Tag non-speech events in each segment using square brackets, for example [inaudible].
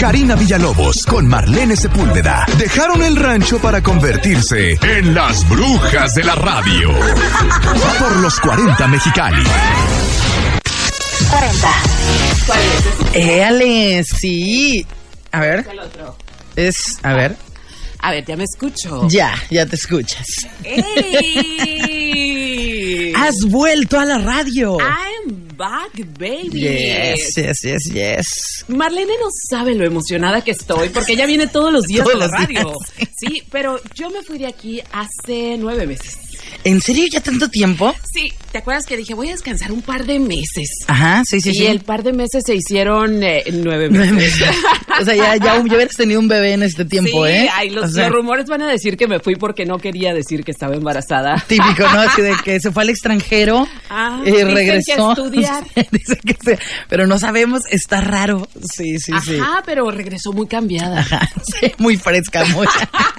Karina Villalobos con Marlene Sepúlveda dejaron el rancho para convertirse en las brujas de la radio. Por los 40 Mexicali. 40. ¿Cuál es? Éale, sí. A ver, Es el otro. es. A ver. A ver, ya me escucho. Ya, ya te escuchas. [laughs] ¡Ey! Has vuelto a la radio. Ah, I'm back, baby. Yes, yes, yes, yes. Marlene no sabe lo emocionada que estoy porque ella viene todos los días Todos a la los días, radio. Sí, pero yo me fui de aquí hace nueve meses. ¿En serio ya tanto tiempo? Sí, ¿te acuerdas que dije voy a descansar un par de meses? Ajá, sí, sí, y sí. el [laughs] par de meses se hicieron eh, nueve Nueve meses. [laughs] meses. o sea, ya, ya, ya hubieras tenido un bebé en este tiempo, sí, ¿eh? ay, los, O sea, los rumores van a decir que me fui porque no quería decir que estaba embarazada. Típico, ¿no? Así de [laughs] que se fue al extranjero Ah, y dicen que regresó. [laughs] estudiar. Dicen que sí, pero no sabemos, está raro. Sí, sí, sí. Ajá, pero regresó muy [laughs] cambiada. Ajá, sí, muy fresca, muy.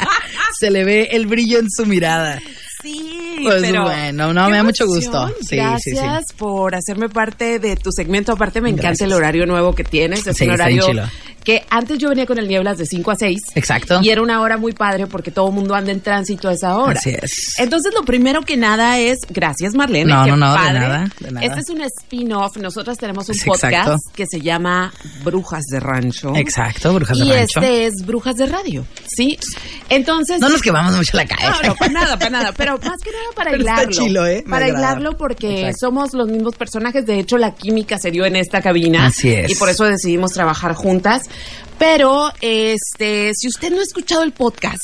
[laughs] se le ve el brillo en su mirada. Sí, Pues pero bueno, no, qué me da mucho emoción. gusto. Sí, sí, sí. Gracias por hacerme parte de tu segmento. Aparte, me encanta Gracias. el horario nuevo que tienes. Es Sí, un está bien horario chilo. que antes yo venía con el Nieblas de 5 a 6. Exacto. Y era una hora muy padre porque todo el mundo anda en tránsito a esa hora. Así es. Entonces, lo primero que nada es, gracias Marlene. No, qué no, no, de padre. nada, de nada. Este es un spin-off. Nosotras tenemos un Sí, podcast exacto. que se llama Brujas de Rancho. Exacto, Brujas de Y Rancho. este es Brujas de Radio, ¿sí? Entonces... No nos quemamos mucho la calle. No, no, para nada, para nada. Pero más que nada para Pero está hilarlo. chilo, ¿eh? Me Para agrada. hilarlo porque Exacto. somos los mismos personajes. De hecho, la química se dio en esta cabina. Así es. Y por eso decidimos trabajar juntas. Pero, este, si usted no ha escuchado el podcast,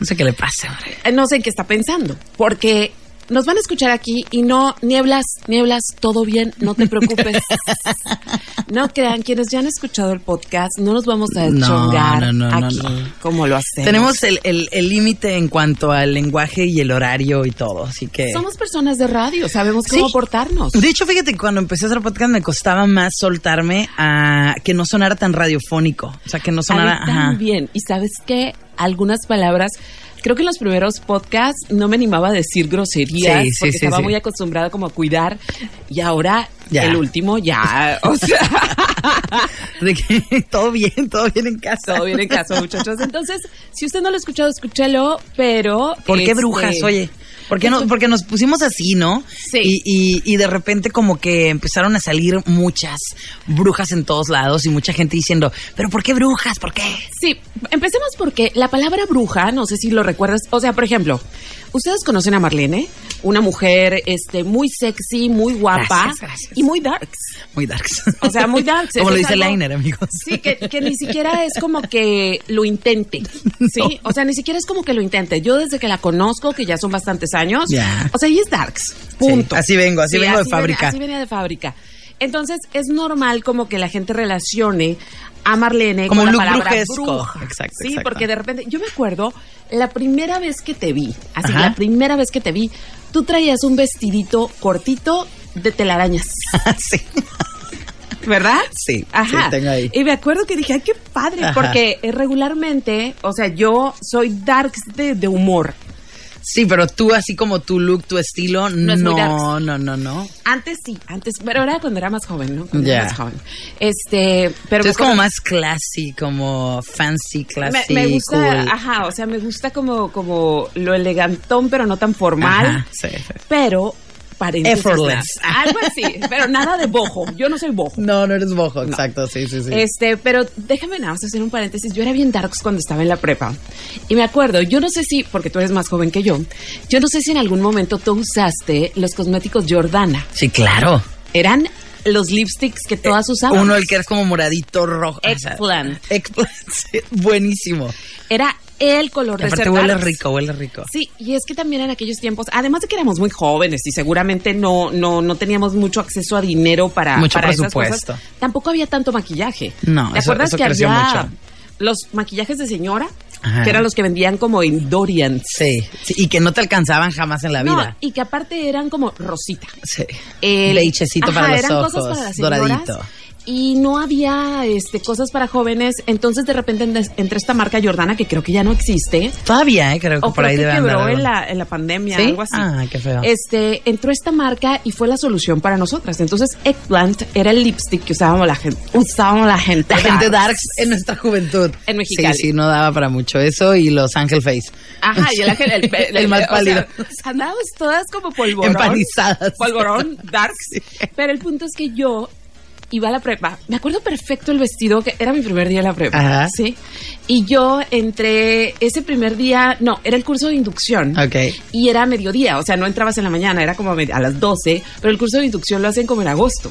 No sé qué le pase, hombre. eh, no sé en qué está pensando. Porque nos van a escuchar aquí y no, nieblas, nieblas, todo bien, no te [laughs] preocupes. no crean, quienes ya han escuchado el podcast, no nos vamos a No, no, chongar no, no, aquí no. como lo hacemos. Tenemos el el- el límite en cuanto al lenguaje y el horario y todo, así que... Somos personas de radio, sabemos cómo Sí. portarnos. De hecho, fíjate que cuando empecé a hacer podcast me costaba más soltarme a que no sonara tan radiofónico. O sea, que no sonara... A mí ajá. también. Y sabes que algunas palabras, creo que en los primeros podcasts no me animaba a decir groserías Sí, sí, porque sí, estaba sí. muy acostumbrada como a cuidar y ahora Ya. el último ya, [laughs] o sea, De que [laughs] todo bien, todo bien en casa. todo bien en caso, muchachos. Entonces, si usted no lo ha escuchado, escúchelo, pero ¿Por qué este, brujas? Oye, ¿por qué no? Porque nos pusimos así, ¿no? Sí. Y, y- y de repente como que empezaron a salir muchas brujas en todos lados y mucha gente diciendo, pero ¿por qué brujas? ¿Por qué? Sí, empecemos porque la palabra bruja, no sé si lo recuerdas, o sea, por ejemplo, ustedes conocen a Marlene, una mujer este muy sexy, muy guapa Gracias, gracias. y muy darks. Muy darks. O sea, muy dark. [laughs] Como Eso lo es dice algo- Liner, amigos. Sí, que, que ni siquiera es como que [laughs] lo intente. Sí, o sea, ni siquiera es como que lo intente. Yo desde que la conozco, que ya son bastantes años, Ya. o sea, ella es Darks. Punto. Sí, así vengo, así vengo de ven- fábrica. así venía de fábrica. Entonces, es normal como que la gente relacione a Marlene Como con un la look palabra brujesco. bruja. Exacto, Sí, exacto. porque de repente, yo me acuerdo la primera vez que te vi, así Ajá. la primera vez que te vi, tú traías un vestidito cortito de telarañas. [laughs] sí. ¿Verdad? Sí, Ajá. sí, tengo ahí. Y me acuerdo que dije, ay, qué padre, Ajá. porque eh, regularmente, o sea, yo soy darks de, de humor. Sí, pero tú así como tu look, tu estilo, No no, es muy no, darks. no, no, no. Antes sí, antes, pero era cuando era más joven, ¿no? Cuando era Ya. más joven. Este, pero me es como acuerdo- más classy, como fancy, me, classy, me gusta, cool. ajá, o sea, me gusta como, como lo elegantón, pero no tan formal. Ajá, sí, sí. Pero paréntesis. Effortless. Algo así, pero nada de bojo. Yo no soy bojo. No, no eres bojo, exacto, sí, sí, sí. Este, pero déjame nada más hacer un paréntesis. Yo era bien darks cuando estaba en la prepa. Y me acuerdo, yo no sé si, porque tú eres más joven que yo, yo no sé si en algún momento tú usaste los cosméticos Jordana. Sí, claro. Eh, Eran los lipsticks que todas usaban. Uno el que es como moradito rojo. o sea, Eggplant. eggplant, [laughs] sí, buenísimo. Era el color de Aparte ser huele darks. rico, huele rico. Sí, y es que también en aquellos tiempos, además de que éramos muy jóvenes y seguramente no no no teníamos mucho acceso a dinero para Mucho para esas presupuesto. cosas, tampoco había tanto maquillaje. No, ¿te eso- acuerdas eso que creció había mucho. los maquillajes de señora, Ajá. que eran los que vendían como en Dorian? Sí, sí, y que no te alcanzaban jamás en la No, vida. y que aparte eran como rosita. Sí. El- Beigecito para los eran ojos, cosas para las señoras. doradito. y no había este, cosas para jóvenes. Entonces, de repente, en- entre esta marca Jordana, que creo que ya no existe, Todavía, eh, creo que o por creo ahí que debe andar. quebró algo. en la, en la pandemia, ¿Sí? algo así. Ah, qué feo. Este, entró esta marca y fue la solución para nosotras. Entonces, Eggplant era el lipstick que usábamos la gente. Usábamos la gente. La gente dark. darks en nuestra juventud. En Mexicali. Sí, sí, no daba para mucho eso y los ángel face. Ajá, y el ángel, el, [laughs] pe- El más o sea, pálido. andábamos todas como polvorón. Empanizadas. Polvorón, darks. [laughs] Sí. Pero el punto es que yo iba a la prepa. Me acuerdo perfecto el vestido, que era mi primer día en la prepa. Ajá. Sí. Y yo entré ese primer día, no, era el curso de inducción. Ok. Y era a mediodía, o sea, no entrabas en la mañana, era como a, med- a las 12, pero el curso de inducción lo hacen como en agosto.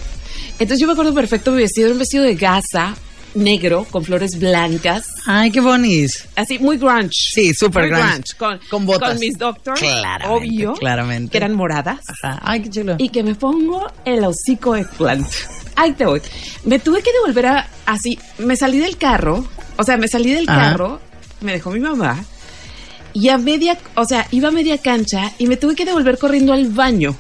Entonces yo me acuerdo perfecto mi vestido, era un vestido de gasa negro con flores blancas. Ay, qué bonis. Así, muy grunge. Sí, súper Muy grunge. Con, Con botas. Con mis doctors. Claramente, obvio. claramente. Que eran moradas. Ajá. Ay, qué chulo. Y que me pongo el hocico eggplant. Ahí te voy. Me tuve que devolver a, así. Me salí del carro. O sea, me salí del Ajá. carro. Me dejó mi mamá. Y a media, o sea, iba a media cancha y me tuve que devolver corriendo al baño.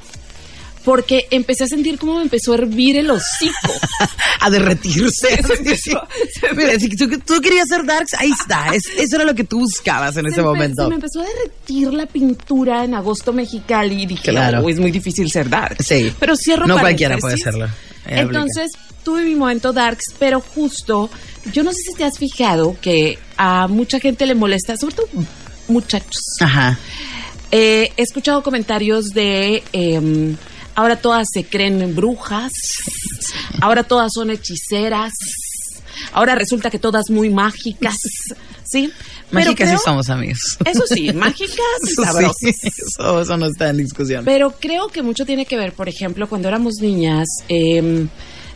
Porque empecé a sentir cómo me empezó a hervir el hocico. [laughs] a derretirse. Se empezó- se- Mira, si tú, tú querías ser darks, ahí está. Es- eso era lo que tú buscabas en Se ese empe- momento. Se me empezó a derretir la pintura en agosto Mexicali y dije, Claro. "No, es muy difícil ser dark. Sí. Pero cierro No cualquiera puede paréntesis. hacerlo. Eh, Entonces tuve mi momento darks, pero justo, yo no sé si te has fijado que a mucha gente le molesta, sobre todo muchachos. Ajá. Eh, he escuchado comentarios de em, ahora todas se creen brujas, ahora todas son hechiceras, ahora resulta que todas muy mágicas, ¿sí? Pero Mágicas sí creo- somos amigos. [laughs] Eso sí, mágicas y Eso sí, sabrosas. eso, eso no está en discusión. Pero creo que mucho tiene que ver, por ejemplo, cuando éramos niñas, em,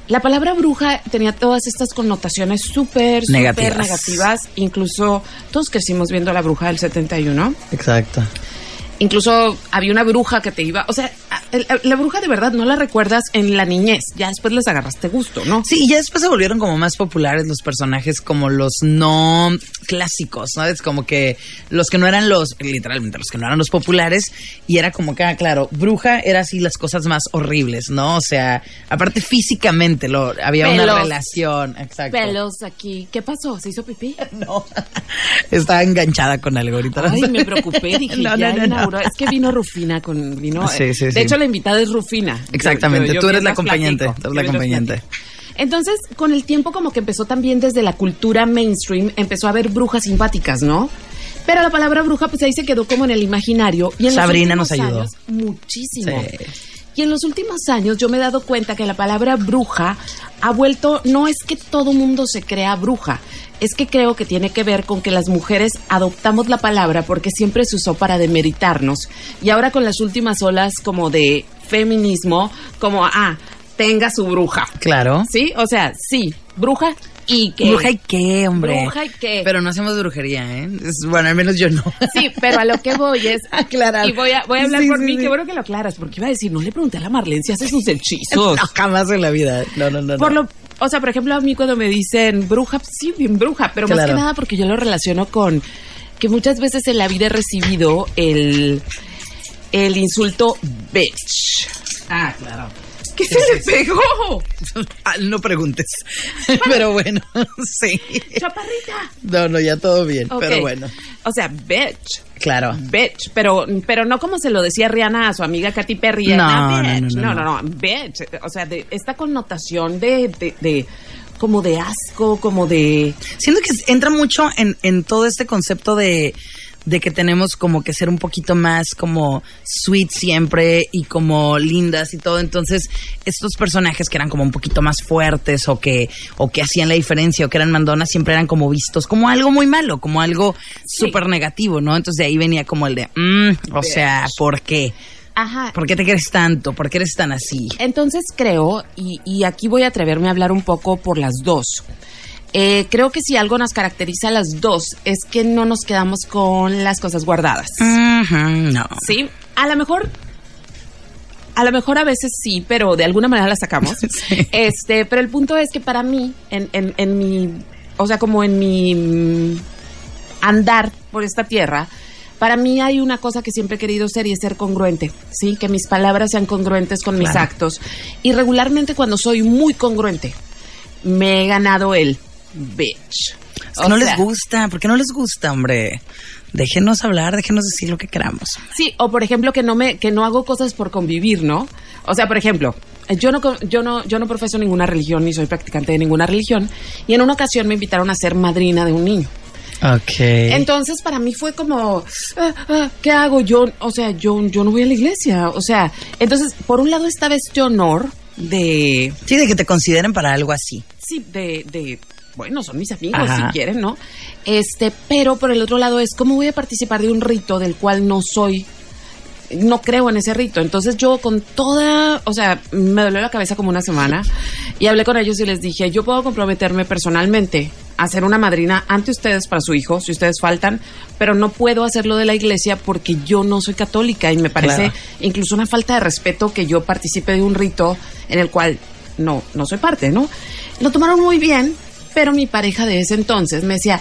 la palabra bruja tenía todas estas connotaciones súper, súper Negativas. negativas. Incluso todos crecimos viendo la bruja del 71. Exacto. Incluso había una bruja que te iba. O sea, a- el- la bruja de verdad no la recuerdas en la niñez. Ya después les agarraste gusto, ¿no? Sí, y ya después se volvieron como más populares los personajes como los no clásicos, ¿sabes? Como que los que no eran los, literalmente, los que no eran los populares, y era como que, ah, claro, bruja era así las cosas más horribles, ¿no? O sea, aparte físicamente lo, había una Pelos. relación, exacto. Pelos aquí. ¿Qué pasó? ¿Se hizo pipí? No, estaba enganchada con algo ahorita. ¿no? Ay, [laughs] me preocupé, dije, No, no, ya no, no. inauguró. Es que vino Rufina con vino. Sí, sí, de sí. hecho, la invitada es Rufina. Exactamente, tú eres la mientras acompañante, platico, tú eres la yo mientras acompañante. platico. Entonces, con el tiempo como que empezó también desde la cultura mainstream, empezó a haber brujas simpáticas, ¿no? Pero la palabra bruja pues ahí se quedó como en el imaginario. Y en los Sabrina nos últimos ayudó. años, muchísimo. Sí. Y en los últimos años yo me he dado cuenta que la palabra bruja ha vuelto, no es que todo mundo se crea bruja, es que creo que tiene que ver con que las mujeres adoptamos la palabra porque siempre se usó para demeritarnos. Y ahora con las últimas olas como de feminismo, como, ah, tenga su bruja. Claro. ¿Sí? O sea, sí, bruja y que... Bruja y qué, hombre. Bruja y qué. Pero no hacemos brujería, ¿eh? Es- bueno, al menos yo no. Sí, pero a lo que voy es [laughs] Aclarar. Y voy a, voy a hablar Sí, por sí, mí, sí. qué bueno que lo aclaras, porque iba a decir, no le pregunté a la Marlene si hace sus No, hechizos. jamás en la vida. No, no, no. no. Por lo, o sea, por ejemplo, a mí cuando me dicen bruja, pues sí, bien bruja, pero más Claro. que nada porque yo lo relaciono con que muchas veces en la vida he recibido el, el insulto bitch. Ah, claro. [laughs] ¿Qué se le pegó? Ah, no [laughs] preguntes. Pero bueno, [laughs] sí. Chaparrita. No, no, ya todo bien, Ok. pero bueno. O sea, bitch. Claro. Bitch, pero, pero no como se lo decía Rihanna a su amiga Katy Perry. No, era no, bitch. no, no, no, no, no, bitch. O sea, de esta connotación de, de, de- como de asco, como de... Siento que entra mucho en, en todo este concepto de, de que tenemos como que ser un poquito más como sweet siempre y como lindas y todo. Entonces, estos personajes que eran como un poquito más fuertes o que, o que hacían la diferencia o que eran mandonas siempre eran como vistos como algo muy malo, como algo súper negativo, ¿no? Entonces de ahí venía como el de, mm, o sea, ¿por qué? Ajá, ¿Por qué te quieres tanto? ¿Por qué eres tan así? Entonces creo, y, y aquí voy a atreverme a hablar un poco por las dos. Eh, creo que si algo nos caracteriza a las dos es que no nos quedamos con las cosas guardadas. Mm. Ujú, no. Sí, a lo mejor, a lo mejor a veces sí, pero de alguna manera las [laughs] sacamos. Sí. Este, pero el punto es que para mí, en, en, en mi, o sea, como en mi mm, andar por esta tierra, para mí hay una cosa que siempre he querido ser y es ser congruente, ¿sí? Que mis palabras sean congruentes con mis Claro. actos. Y regularmente cuando soy muy congruente, me he ganado el bitch. Es que no les gusta, ¿por qué no les gusta, hombre? Déjenos hablar, déjenos decir lo que queramos. Sí, o por ejemplo que no me que no hago cosas por convivir, ¿no? O sea, por ejemplo, yo no co- yo no yo no profeso ninguna religión ni soy practicante de ninguna religión y en una ocasión me invitaron a ser madrina de un niño. Ok. Entonces para mí fue como ah, ah, ¿qué hago yo? O sea, yo yo no voy a la iglesia, o sea, entonces por un lado estaba este honor de sí, de que te consideren para algo así. sí, de, de bueno, son mis amigos Ajá. si quieren, ¿no? Este, pero por el otro lado es cómo voy a participar de un rito del cual no soy, no creo en ese rito. Entonces yo con toda, o sea, me dolió la cabeza como una semana y hablé con ellos y les dije, yo puedo comprometerme personalmente a ser una madrina ante ustedes para su hijo, si ustedes faltan, pero no puedo hacerlo de la iglesia porque yo no soy católica y me parece Claro. incluso una falta de respeto que yo participe de un rito en el cual no, no soy parte, ¿no? Lo tomaron muy bien, pero mi pareja de ese entonces me decía,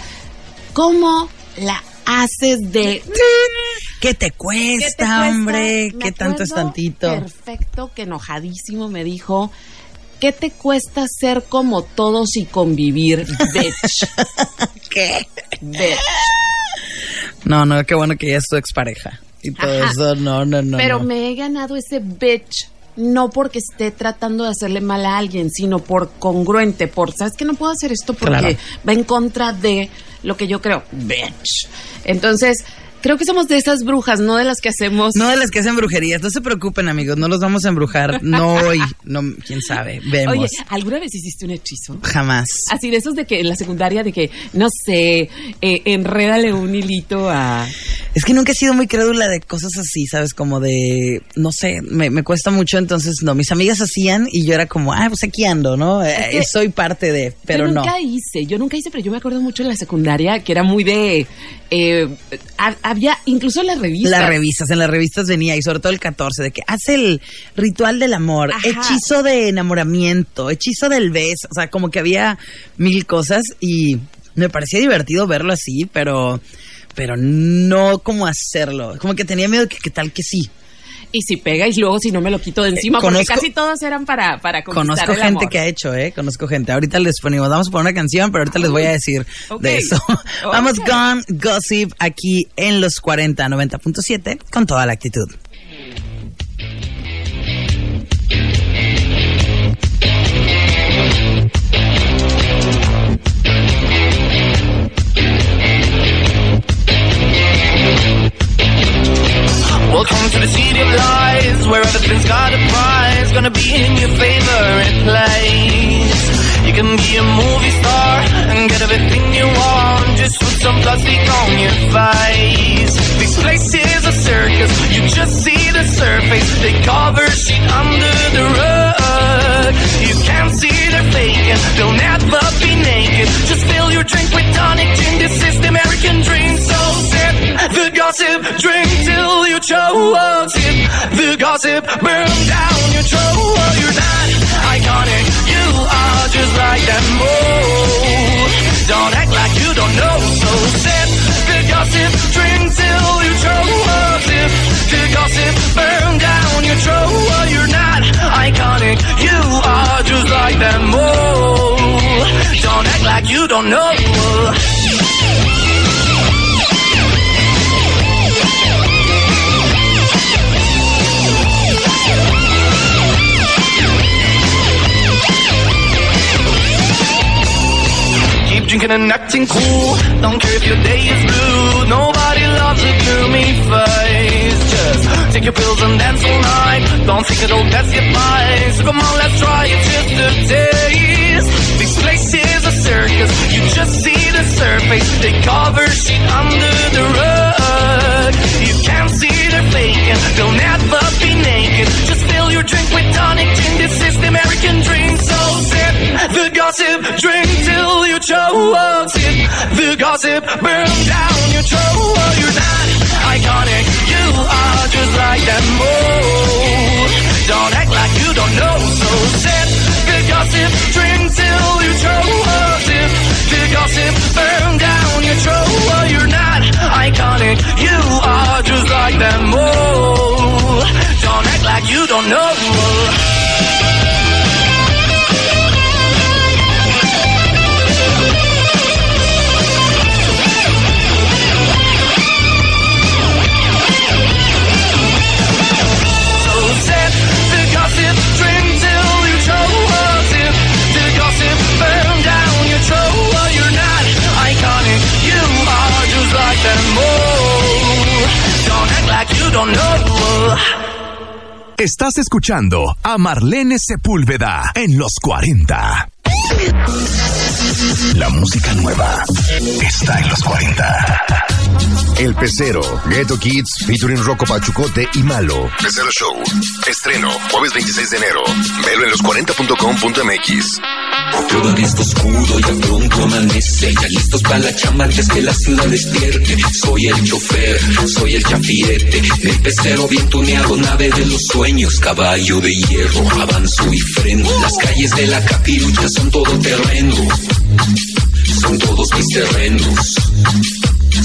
¿cómo la haces de... ¿Qué ¿Qué te cuesta, te cuesta? hombre? Me ¿Qué tanto es acuerdo tantito? Perfecto, que enojadísimo me dijo, ¿qué te cuesta ser como todos y convivir, [laughs] bitch? ¿Qué? bitch. No, no, qué bueno que ya es tu expareja. Y todo Ajá. eso, no, no, no. Pero no. me he ganado ese bitch. No porque esté tratando de hacerle mal a alguien, sino por congruente, por, ¿sabes que no puedo hacer esto porque Claro. va en contra de lo que yo creo? Bitch. Entonces, creo que somos de esas brujas, no de las que hacemos. No de las que hacen brujerías, no se preocupen amigos, no los vamos a embrujar, no hoy, no, quién sabe, vemos, Oye, ¿alguna vez hiciste un hechizo? jamás. Así de esos de que en la secundaria de que, no sé, eh, enrédale un hilito a... Es que nunca he sido muy crédula de cosas así, ¿sabes? Como de, no sé, me, me cuesta mucho, entonces no, mis amigas hacían y yo era como, ah, pues aquí ando, ¿no? Eh, que- soy parte de, pero yo no. nunca hice, yo nunca hice, pero yo me acuerdo mucho en la secundaria que era muy de... eh, ha- había incluso en las revistas. Las revistas, en las revistas venía y sobre todo el 14, de que hace el ritual del amor, Ajá. hechizo de enamoramiento, hechizo del beso, o sea, como que había mil cosas y me parecía divertido verlo así, pero, pero no como hacerlo, como que tenía miedo que, que tal que sí. Y si pega y luego si no me lo quito de encima, Eh, porque conozco- casi todos eran para, para conquistar Conozco el gente amor. que ha hecho, ¿eh? Conozco gente. Ahorita les ponemos, vamos a poner una canción, pero ahorita les voy a decir Ok. de eso. [laughs] Ok. Vamos con Gossip aquí en los 40, 90.7 con toda la actitud. Welcome to the city of lies, where everything's got a prize. Gonna be in your favorite place. You can be a movie star and get everything you want, just with some plastic on your face. This place is a circus, you just see the surface. They cover shit under the rug. You can't see they're faking, they'll never be naked. Just fill your drink with tonic gin. This is the American dream, so sip the gossip, drink till you choke. Sip the gossip, burn down your throat. Oh, you're not iconic, you are just like them all. Don't act like you don't know, so sip the gossip, drink till you choke. Sip the gossip, burn down your throat. Oh, you're not iconic, you are just like them all. Don't act like you don't know. Keep drinking and acting cool. Don't care if your day is blue. Nobody loves a gloomy face. Just take your pills and dance all night. Don't think it'll pass you by. So come on, let's try it just a taste. This place is a circus. You just see the surface. They cover shit under the rug. You can't see they're faking. They'll never be naked. Just fill your drink with tonic gin. This is the American dream. So sip the gossip, drink till you choke. Sip the gossip, burn down your throat. Oh, you're not iconic. You are just like them all. Don't act like you don't know. So sip the gossip, drink till you choke. Sip the gossip, burn down your throat. Oh, you're not iconic. You are just like them all. Don't act like you don't know. Estás escuchando a Marlene Sepúlveda en los 40. La música nueva está en los 40. El Pecero, Ghetto Kids, featuring Rocco Pachucote y Malo. Pecero Show, estreno jueves 26 de enero. Velo en los40.com.mx. Todavía está oscuro, ya pronto amanece. Ya listos para la chamba antes que la ciudad despierte. Soy el chofer, soy el chafirete. El pecero bien tuneado, nave de los sueños. Caballo de hierro, avanzo y freno. Las calles de la capirucha son todo terreno. Son todos mis terrenos.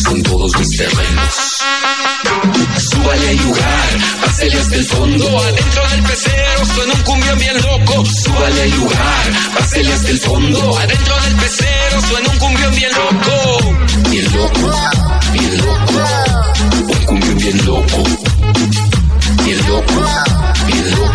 Son todos mis terrenos. Súbale a lugar, pásele hasta el fondo. Adentro del pecero suena un cumbión bien loco. Súbale al lugar, pásele hasta el fondo. Adentro del pecero suena un cumbión bien loco. Bien loco, bien loco. Un cumbión bien loco. Bien loco, bien loco.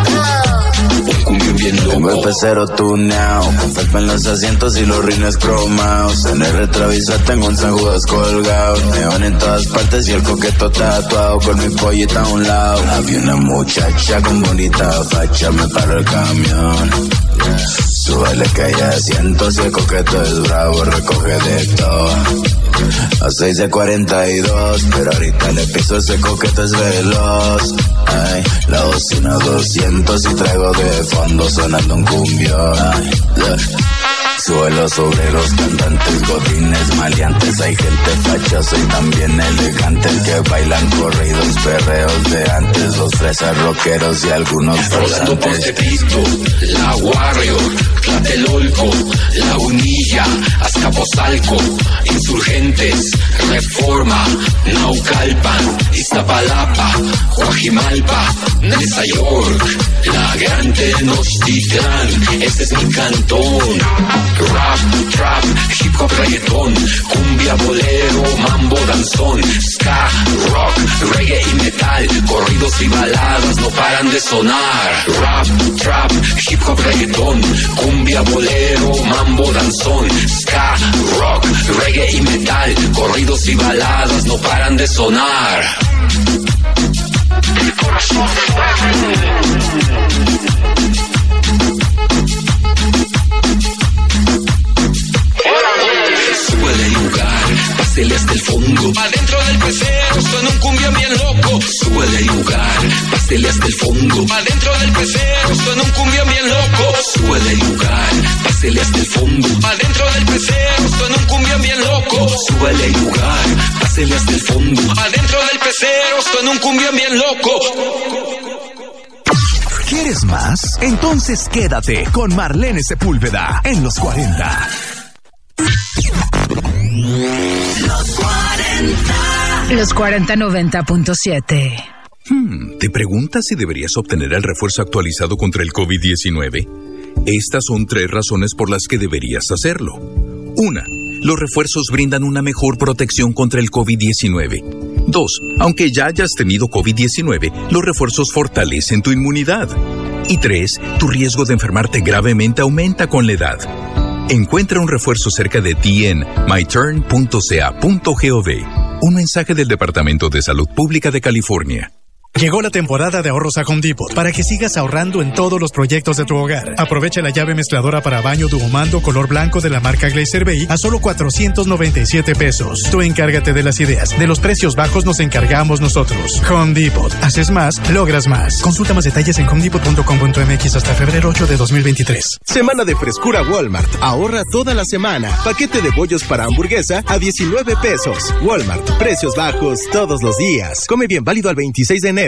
Un cumbión bien Tengo el loco. pecero tuneado, con felpa en los asientos y los rines cromados. En el retrovisor tengo un San Judas colgado, neón en todas partes y el coqueto tatuado con mi pollita a un lado. Había una muchacha con bonita facha, me paró el camión. Súbele que hay asientos y el coqueto es bravo, recoge de todo. A 6 de 42, pero ahorita le piso ese coqueto es veloz. Ay, la bocina 200 y traigo de fondo sonando un cumbio. Ay, yeah. Suelo sobre los cantantes, godines, maleantes, hay gente facha, soy también elegante, el que bailan corridos, perreos de antes, los fresas rockeros y algunos Rolando farsantes. Pontepito, La Warrior, Tlatelolco, La Unilla, Azcapotzalco, Insurgentes, Reforma, Naucalpan, Iztapalapa, Guajimalpa, Nesa York, La Gran Tenochtitlán, ese es mi cantón. Rap, trap, hip hop, reggaetón, cumbia, bolero, mambo, danzón, ska, rock, reggae y metal, corridos y baladas no paran de sonar. Rap, trap, hip hop, reggaetón, cumbia, bolero, mambo, danzón, ska, rock, reggae y metal, corridos y baladas no paran de sonar. Súbele al lugar, pásele hasta el fondo. Adentro del pecero suena un cumbión bien loco. Súbele al lugar, pásele hasta el fondo. Adentro del pecero suena un cumbión bien loco. Súbele al lugar, pásele hasta el fondo. Adentro del pecero suena un cumbión bien loco. Súbele al lugar, pásele hasta el fondo. Adentro del pecero suena un cumbión bien loco. ¿Quieres más? Entonces quédate con Marlene Sepúlveda en los 40. Los 4090.7. Hmm, ¿Te preguntas si deberías obtener el refuerzo actualizado contra el COVID-19? Estas son tres razones por las que deberías hacerlo. Una, Los refuerzos brindan una mejor protección contra el COVID-19. Dos, Aunque ya hayas tenido COVID-19, los refuerzos fortalecen tu inmunidad. Y tres, Tu riesgo de enfermarte gravemente aumenta con la edad. Encuentra un refuerzo cerca de ti en myturn.ca.gov. Un mensaje del Departamento de Salud Pública de California. Llegó la temporada de ahorros a Home Depot para que sigas ahorrando en todos los proyectos de tu hogar. Aprovecha la llave mezcladora para baño Duomando color blanco de la marca Glacier Bay a solo 497 pesos. Tú encárgate de las ideas. De los precios bajos nos encargamos nosotros. Home Depot. Haces más, logras más. Consulta más detalles en homedepot.com.mx hasta febrero 8 de 2023. Semana de frescura Walmart. Ahorra toda la semana. Paquete de bollos para hamburguesa a 19 pesos. Walmart. Precios bajos todos los días. Come bien válido al 26 de enero.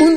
Un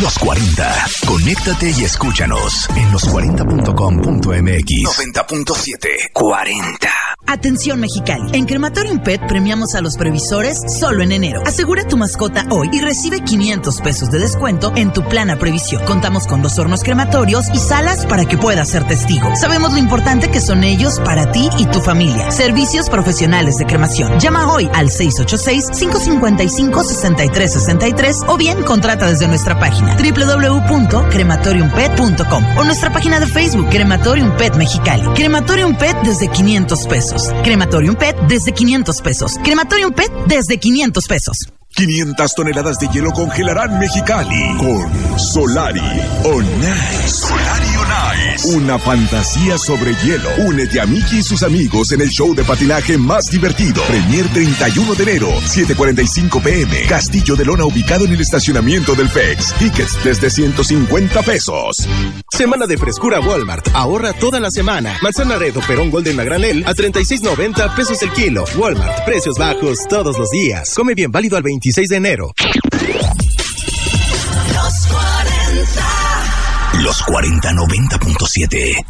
Los 40. Conéctate y escúchanos en los40.com.mx. 90.7. 40. Atención Mexicali. En Crematorium Pet premiamos a los previsores solo en enero. Asegura tu mascota hoy y recibe 500 pesos de descuento en tu plana previsión. Contamos con dos hornos crematorios y salas para que puedas ser testigo. Sabemos lo importante que son ellos para ti y tu familia. Servicios profesionales de cremación. Llama hoy al 686-555-6363 o bien contrata desde nuestra página www.crematoriumpet.com o nuestra página de Facebook Crematorium Pet Mexicali. Crematorium Pet desde 500 pesos. Crematorium Pet desde 500 pesos. Crematorium Pet desde 500 pesos. 500 toneladas de hielo congelarán Mexicali con Solari On Ice. Solari On Ice. Una fantasía sobre hielo. Únete a Miki y sus amigos en el show de patinaje más divertido. Premier 31 de enero, 7:45 pm. Castillo de Lona ubicado en el estacionamiento del FEX. Tickets desde 150 pesos. Semana de frescura Walmart. Ahorra toda la semana. Manzana Red o Perón Golden a granel a 36.90 pesos el kilo. Walmart. Precios bajos todos los días. Come bien válido al 20 26 de enero. Los 40. Los 4090.7.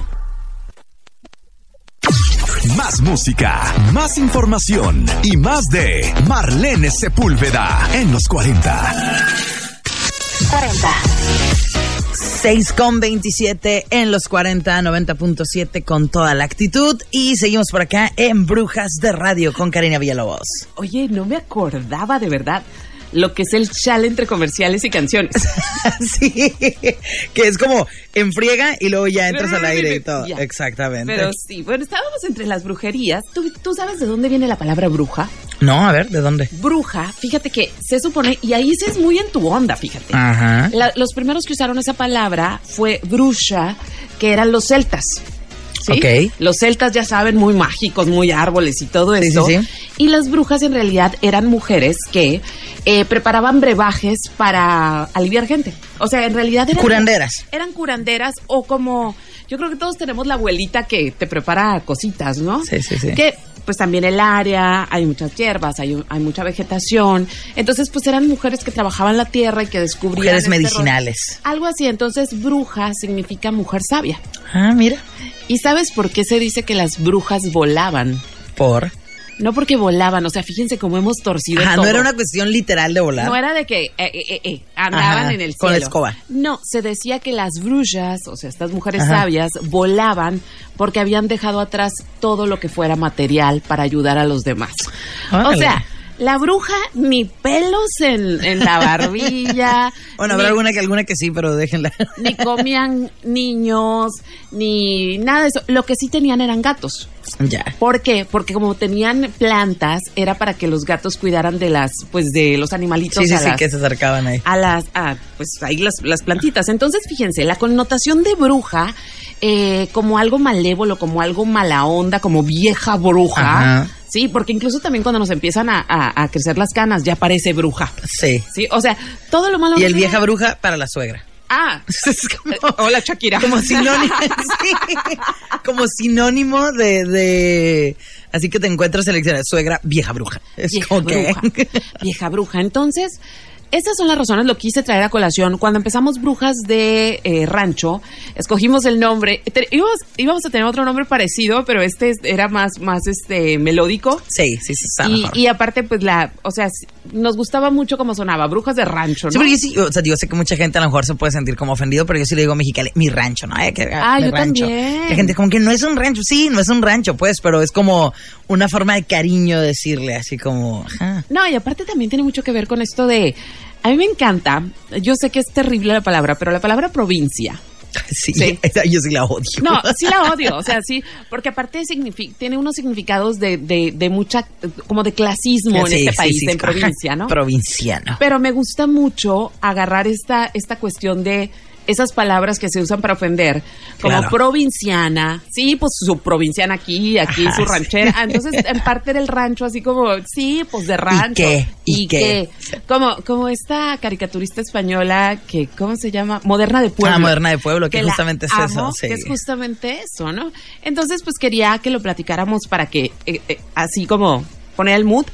Más música, más información y más de Marlene Sepúlveda en los 40. 40. 6 con 27 en los 40, 90.7 con toda la actitud. Y seguimos por acá en Brujas de Radio con Karina Villalobos. Oye, no me acordaba de verdad lo que es el challenge entre comerciales y canciones. [laughs] [laughs] sí, que es como enfriega y luego ya entras al aire y todo. [laughs] Ya. Exactamente. Pero sí, bueno, estábamos entre las brujerías. ¿Tú, ¿Tú sabes de dónde viene la palabra bruja? No, a ver, ¿de dónde? Bruja, fíjate que se supone, y ahí sí es muy en tu onda, fíjate. Ajá. La- los primeros que usaron esa palabra fue bruja, que eran los celtas. ¿sí? Ok. Los celtas ya saben, muy mágicos, muy árboles y todo Sí, eso. sí, sí. Y las brujas en realidad eran mujeres que eh, preparaban brebajes para aliviar gente. O sea, en realidad eran... Curanderas. Eran curanderas o como... Yo creo que todos tenemos la abuelita que te prepara cositas, ¿no? Sí, sí, sí. Que pues también el área, hay muchas hierbas, hay, hay mucha vegetación. Entonces, pues eran mujeres que trabajaban la tierra y que descubrían... Mujeres este rollo. medicinales. Algo así, entonces bruja significa mujer sabia. Ah, mira. ¿Y sabes por qué se dice que las brujas volaban? Por. No porque volaban, o sea, fíjense cómo hemos torcido Ajá, todo. no era una cuestión literal de volar. No era de que eh, eh, eh, eh, andaban Ajá, en el cielo. con la escoba. No, se decía que las brujas, o sea, estas mujeres Ajá. sabias, volaban porque habían dejado atrás todo lo que fuera material para ayudar a los demás. O Órale. sea, la bruja ni pelos en, en la barbilla. [laughs] Bueno, habrá ni- alguna que alguna que sí, pero déjenla. ni comían niños, ni nada de eso. Lo que sí tenían eran gatos. [laughs] ya. ¿Por qué? Porque como tenían plantas, era para que los gatos cuidaran de las, pues, de los animalitos Sí, sí, a sí, las, que se acercaban ahí. a las, a, pues, ahí las, las plantitas. Entonces, fíjense, la connotación de bruja, eh, como algo malévolo, como algo mala onda, como vieja bruja. Ajá. Sí, porque incluso también cuando nos empiezan a, a- a crecer las canas, ya parece bruja. Sí. Sí, o sea, todo lo malo. Y no el tiene- vieja bruja para la suegra. Ah, [laughs] Es como, hola [laughs] Shakira. como [laughs] sinónimo, sí, como sinónimo de, de- así que te encuentras en la diccionario, suegra vieja bruja. Es vieja como que- bruja. [laughs] Vieja bruja. Entonces, esas son las razones, lo quise traer a colación. Cuando empezamos Brujas de eh, Rancho, escogimos el nombre. Te- íbamos, íbamos a tener otro nombre parecido, pero este es- era más, más este, melódico. Sí, sí, sí, está Y, mejor. y aparte, pues la, o sea, s- nos gustaba mucho cómo sonaba, Brujas de Rancho, ¿no? Sí, porque sí, o sea, yo sé que mucha gente a lo mejor se puede sentir como ofendido, pero yo sí le digo mexicali, mi rancho, ¿no? Ay, que, Ah, mi yo rancho. también. La gente como que no es un rancho, sí, no es un rancho, pues, pero es como una forma de cariño decirle, así como, ajá. [laughs] No, y aparte también tiene mucho que ver con esto de. A mí me encanta, yo sé que es terrible la palabra, pero la palabra provincia. Sí, [laughs] Sí. esa yo sí la odio. [laughs] No, sí la odio, o sea, sí, porque aparte signifi- tiene unos significados de, de, de mucha, como de clasismo Sí, en este sí, país, sí, en ajá, provincia, ¿no? Provinciano. Pero me gusta mucho agarrar esta, esta cuestión de esas palabras que se usan para ofender, como Claro. provinciana, sí, pues su provinciana aquí, aquí Ajá, su sí. ranchera, Ah, entonces en parte del rancho así como, sí, pues de rancho. qué? ¿Y qué? Como, como esta caricaturista española que, ¿cómo se llama? Moderna de Pueblo. Ah, Moderna de Pueblo, que la justamente es eso, amo, sí. que es justamente eso, ¿no? Entonces, pues quería que lo platicáramos para que, eh, eh, así como poner el mood.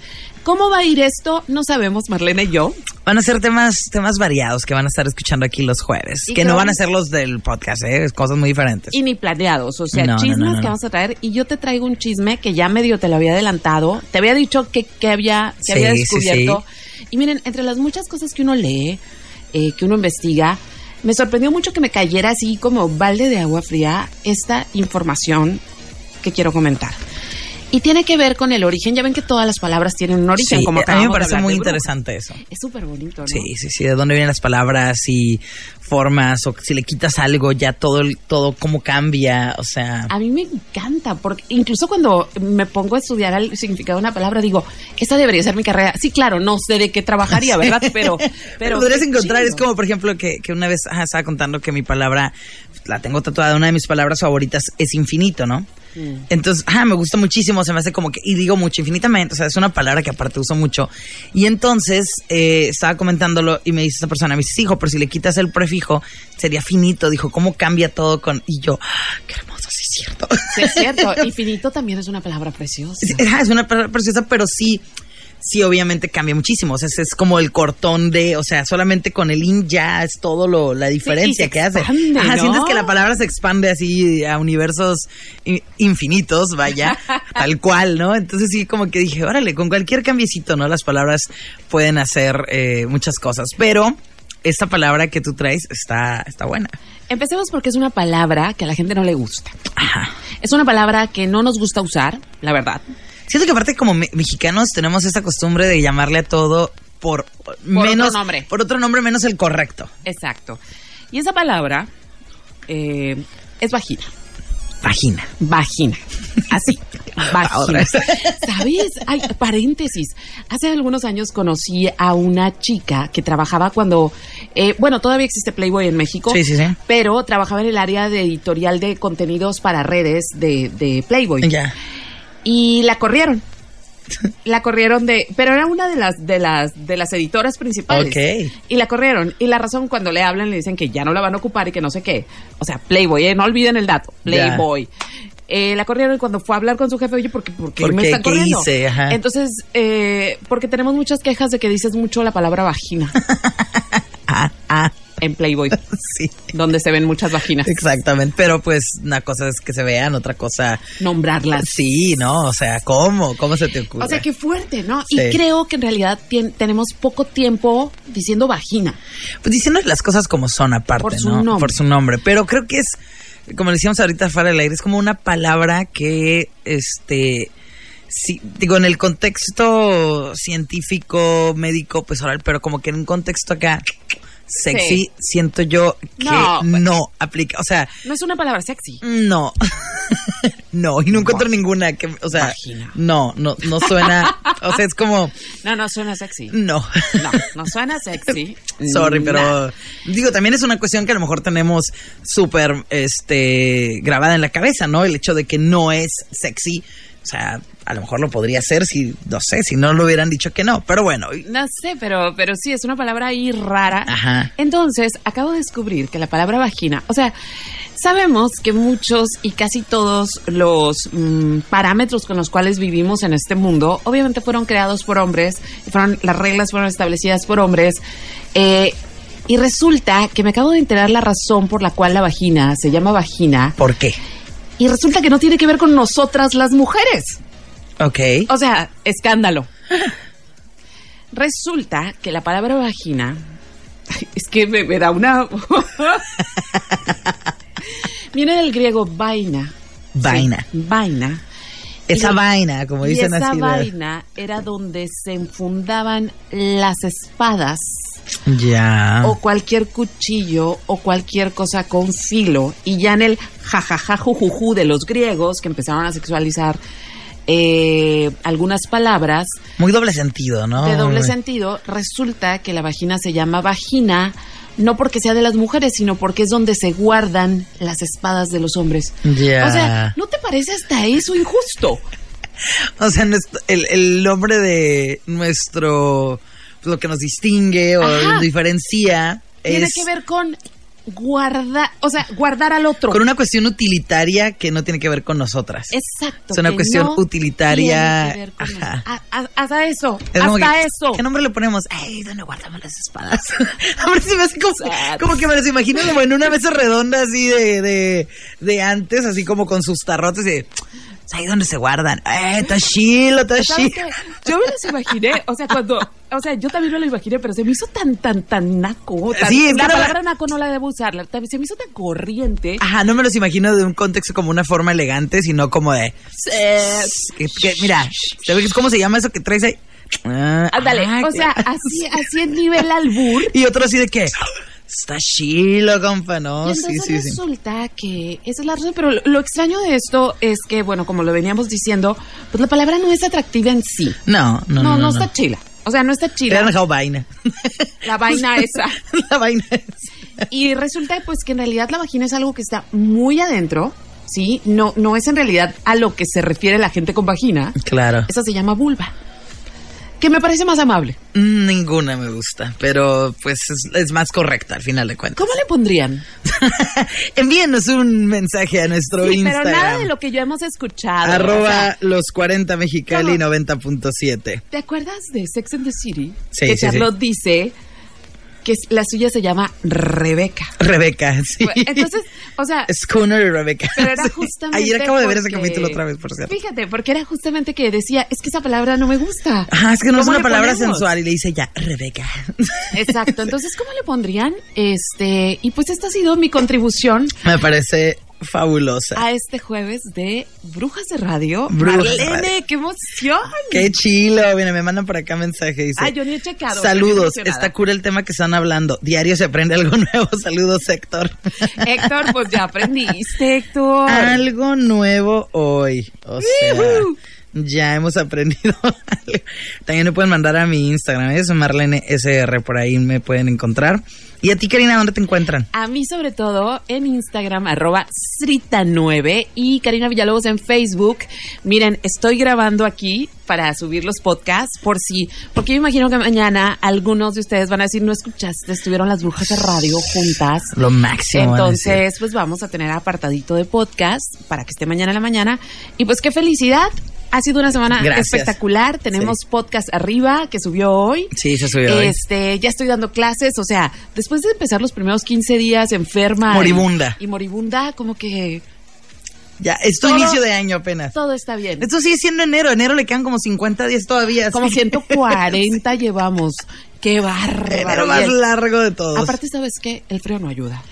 ¿Cómo va a ir esto? No sabemos, Marlene y yo. Van a ser temas, temas variados que van a estar escuchando aquí los jueves, Y que no con- van a ser los del podcast, ¿eh? Es cosas muy diferentes. Y ni planeados, o sea, No, no, chismes no, no, que no. vamos a traer. Y yo te traigo un chisme que ya medio te lo había adelantado. Te había dicho que, que había, que Sí, había sí, descubierto. Y miren, entre las muchas cosas que uno lee, eh, que uno investiga, me sorprendió mucho que me cayera así como balde de agua fría esta información que quiero comentar. Y tiene que ver con el origen. Ya ven que todas las palabras tienen un origen, Sí, como a mí acabamos me de parece hablar muy de bruja. interesante eso. Es súper bonito, ¿no? Sí, sí, sí, de dónde vienen las palabras y formas, o si le quitas algo, ya todo, el- todo cómo cambia, o sea... A mí me encanta, porque incluso cuando me pongo a estudiar el significado de una palabra, digo, esta debería ser mi carrera. Sí, claro, no sé de [laughs] qué trabajaría, ¿verdad? Pero, pero. podrías qué encontrar, chido. es como por ejemplo que, que una vez ajá, estaba contando que mi palabra, la tengo tatuada, una de mis palabras favoritas es infinito, ¿no? Mm. Entonces, ajá, me gusta muchísimo, se me hace como que, y digo mucho, infinitamente, o sea, es una palabra que aparte uso mucho. Y entonces eh, estaba comentándolo y me dice esta persona, me dice, hijo, pero si le quitas el prefijo, sería finito, dijo, ¿cómo cambia todo con...? Y yo, "Ah, qué hermoso, sí es cierto. Sí, es cierto. Infinito también es una palabra preciosa. Sí, ajá, es una palabra preciosa, pero sí, sí, obviamente cambia muchísimo. O sea, ese es como el cortón de, o sea, solamente con el in ya es todo lo, la diferencia se que hace. expande, Ajá, ¿no? sientes que la palabra se expande así a universos i- infinitos, [laughs] vaya, tal cual, ¿no? Entonces sí, como que dije, órale, con cualquier cambiecito, ¿no? Las palabras pueden hacer eh, muchas cosas, pero esta palabra que tú traes está, está buena. Empecemos porque es una palabra que a la gente no le gusta. Es una palabra que no nos gusta usar, la verdad. Siento que aparte como me- mexicanos tenemos esta costumbre de llamarle a todo por, menos otro nombre. por otro nombre menos el correcto. Exacto. Y esa palabra eh, es vagina. Vagina. Vagina. [laughs] Así. Otra Vagina. vez. ¿Sabes? Ay, paréntesis. Hace algunos años conocí a una chica que trabajaba cuando. eh, bueno, todavía existe Playboy en México. Sí, sí, sí. Pero trabajaba en el área de editorial de contenidos para redes de, de Playboy. Ya. Y la corrieron. La corrieron de. Pero era una de las, de las, de las editoras principales. Ok. Y la corrieron. Y la razón cuando le hablan le dicen que ya no la van a ocupar y que no sé qué. O sea, Playboy, ¿eh? no olviden el dato. Ya. Playboy. Eh, la corrieron y cuando fue a hablar con su jefe, oye, ¿por qué, por qué ¿Por me qué? están ¿Qué corriendo? hice? Ajá. Entonces, eh, porque tenemos muchas quejas de que dices mucho la palabra [laughs] vagina. En Playboy. Ah, Sí. Donde se ven muchas vaginas. Exactamente, pero pues una cosa es que se vean, otra cosa... Nombrarlas. Sí, ¿no? O sea, ¿cómo? ¿Cómo se te ocurre? O sea, qué fuerte, ¿no? Sí. Y creo que en realidad tien- tenemos poco tiempo diciendo vagina. Pues diciendo las cosas como son aparte, Por su ¿no? nombre. Por su nombre. Pero creo que es, como le decíamos ahorita fuera del aire, es como una palabra que, este, sí, digo, en el contexto científico, médico, pues oral, pero como que en un contexto acá sexy, Sí. siento yo que No, no, pues. aplica, o sea, No es una palabra sexy. no. [laughs] No, y no encuentro ninguna que, o sea, no, no, no suena, o sea, es como, No, no suena sexy. no. No, no suena sexy. [laughs] Sorry, Nah. pero digo, también es una cuestión que a lo mejor tenemos súper este, grabada en la cabeza, ¿no? El hecho de que no es sexy. O sea, a lo mejor lo podría ser si, no sé, si no lo hubieran dicho que no. Pero bueno, y- No sé, pero, pero sí, es una palabra ahí rara. Ajá. Entonces, acabo de descubrir que la palabra vagina, o sea, sabemos que muchos y casi todos los mm, parámetros con los cuales vivimos en este mundo, obviamente fueron creados por hombres, fueron, las reglas fueron establecidas por hombres. eh, y resulta que me acabo de enterar la razón por la cual la vagina se llama vagina. ¿por qué? Y resulta que no tiene que ver con nosotras las mujeres. Ok. O sea, escándalo. Resulta que la palabra vagina Ay, es que me, me da una. [laughs] Viene del griego vaina. Vaina. Sí, vaina. Esa Y- vaina, como y dicen esa así. de- vaina era donde se enfundaban las espadas Ya. o cualquier cuchillo o cualquier cosa con filo y ya en el jajaja jujuju de los griegos que empezaron a sexualizar eh, algunas palabras Muy doble sentido, ¿no? de doble Muy- sentido resulta que la vagina se llama vagina no porque sea de las mujeres, sino porque es donde se guardan las espadas de los hombres. Ya. O sea, ¿no te parece hasta eso injusto? O sea, nuestro- el, el nombre de nuestro, pues, lo que nos distingue o Ajá. nos diferencia Tiene es que ver con guardar, o sea, guardar al otro. con una cuestión utilitaria que no tiene que ver con nosotras. Exacto. Es una que cuestión no utilitaria. tiene que ver con Ajá. los- a- a- Hasta eso, Es como hasta que, eso. ¿Qué nombre le ponemos? Ay, ¿dónde guardamos las espadas? [laughs] Ahora sí me hace como, como que me las imagino como en una mesa redonda así de, de, de antes, así como con sus tarrotes y de, "Pues, ahí donde se guardan. Eh, [laughs] está chilo, está ¿Sabes chilo. qué? Yo me los imaginé, o sea, cuando, o sea, yo también me lo imaginé, pero se me hizo tan, tan, tan naco. tan- Sí, es la que no- Ah, palabra naco no la debo usar, la- también se me hizo tan corriente. Ajá, no me los imagino de un contexto como una forma elegante, sino como de. Eh, que- que- mira, ¿sabes cómo se llama eso que traes ahí? Ah, Ándale, ah, o sea, que- así, así es nivel albur. [laughs] Y otro así de que. Está chilo, compa, [laughs] ¿no? Y Sí, entonces sí, sí. resulta que esa es la razón, pero lo, lo extraño de esto es que, bueno, como lo veníamos diciendo, pues la palabra no es atractiva en sí. No, no, no. No, no, está chila. O sea, no está Le chila. han [laughs] dejado vaina. La vaina esa. la vaina [laughs] Y resulta pues que en realidad la vagina es algo que está muy adentro, ¿sí? No, no es en realidad a lo que se refiere la gente con vagina. Claro. Esa se llama vulva. Que me parece más amable. Mm, Ninguna me gusta, pero pues es, es más correcta al final de cuentas. ¿Cómo le pondrían? [laughs] Envíenos un mensaje a nuestro Sí, Instagram. pero nada de lo que yo hemos escuchado. O Arroba sea, los 40 Mexicali 90.7. ¿Te acuerdas de Sex and the City? Sí, que sí, sí. Charlotte dice que es- la suya se llama Rebeca. Rebeca, sí. Entonces, [laughs] o sea, Schooner y Rebeca. Pero [laughs] era Sí. justamente. Ayer acabo de ver ese porque- capítulo otra vez, por cierto. Fíjate, porque era justamente que decía, es que esa palabra no me gusta. Ajá, es que no es ¿Cómo una le palabra ponemos? sensual y le dice ya, Rebeca. [laughs] Exacto. Entonces, ¿cómo le pondrían? Este, y pues esta ha sido mi contribución Me parece fabulosa. a este jueves de Brujas de Radio. Brujas de Marlene, Radio. qué emoción. Qué chilo. Mira, me mandan por acá mensaje. Dice, Ay, yo ni he checado. Saludos, está estoy emocionada. cura el tema que están hablando. Diario se aprende algo [laughs] nuevo. Saludos, sector. Héctor, pues ya aprendiste, Héctor. Algo nuevo hoy. O sea, Yuhu. ya hemos aprendido [laughs] algo. También me pueden mandar a mi Instagram, es Marlene SR, por ahí me pueden encontrar. Y a ti, Karina, ¿dónde te encuentran? A mí, sobre todo, en Instagram, arroba Srita9 y Karina Villalobos en Facebook. Miren, estoy grabando aquí para subir los podcasts por si, porque yo imagino que mañana algunos de ustedes van a decir, no escuchaste, estuvieron las brujas de radio juntas. Lo máximo. van a decir. Entonces, pues vamos a tener apartadito de podcast para que esté mañana en la mañana. Y pues qué felicidad. Ha sido una semana Gracias. espectacular. Tenemos podcast arriba que subió hoy. Sí, se subió hoy. Este, ya estoy dando clases, o sea, después de empezar los primeros 15 días enferma. y- Moribunda. Y, moribunda, como que Ya, es tu todo- inicio de año apenas. todo está bien. Esto sigue siendo enero, enero le quedan como 50 días todavía. así Como que- 140 llevamos. Qué bárbaro. Enero más Y el- largo de todos. Aparte, ¿sabes qué? El frío no ayuda.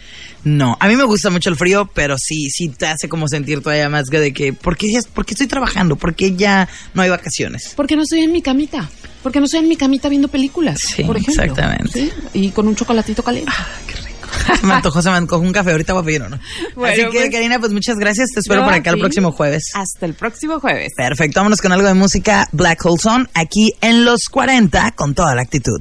No, a mí me gusta mucho el frío, pero sí, sí te hace como sentir todavía más que de que, ¿por qué, ya- por qué estoy trabajando? ¿Por qué ya no hay vacaciones? Porque no estoy en mi camita. Porque no estoy en mi camita viendo películas. Sí, por ejemplo. exactamente. Sí, Y con un chocolatito caliente. Se me antojó, se me antojó un café, ahorita voy a pedir uno. Bueno, Así que, pues- Karina, pues muchas gracias, te espero No, por a acá el ti. próximo jueves. Hasta el próximo jueves. Perfecto, vámonos con algo de música Black Hole Zone aquí en los 40 con toda la actitud.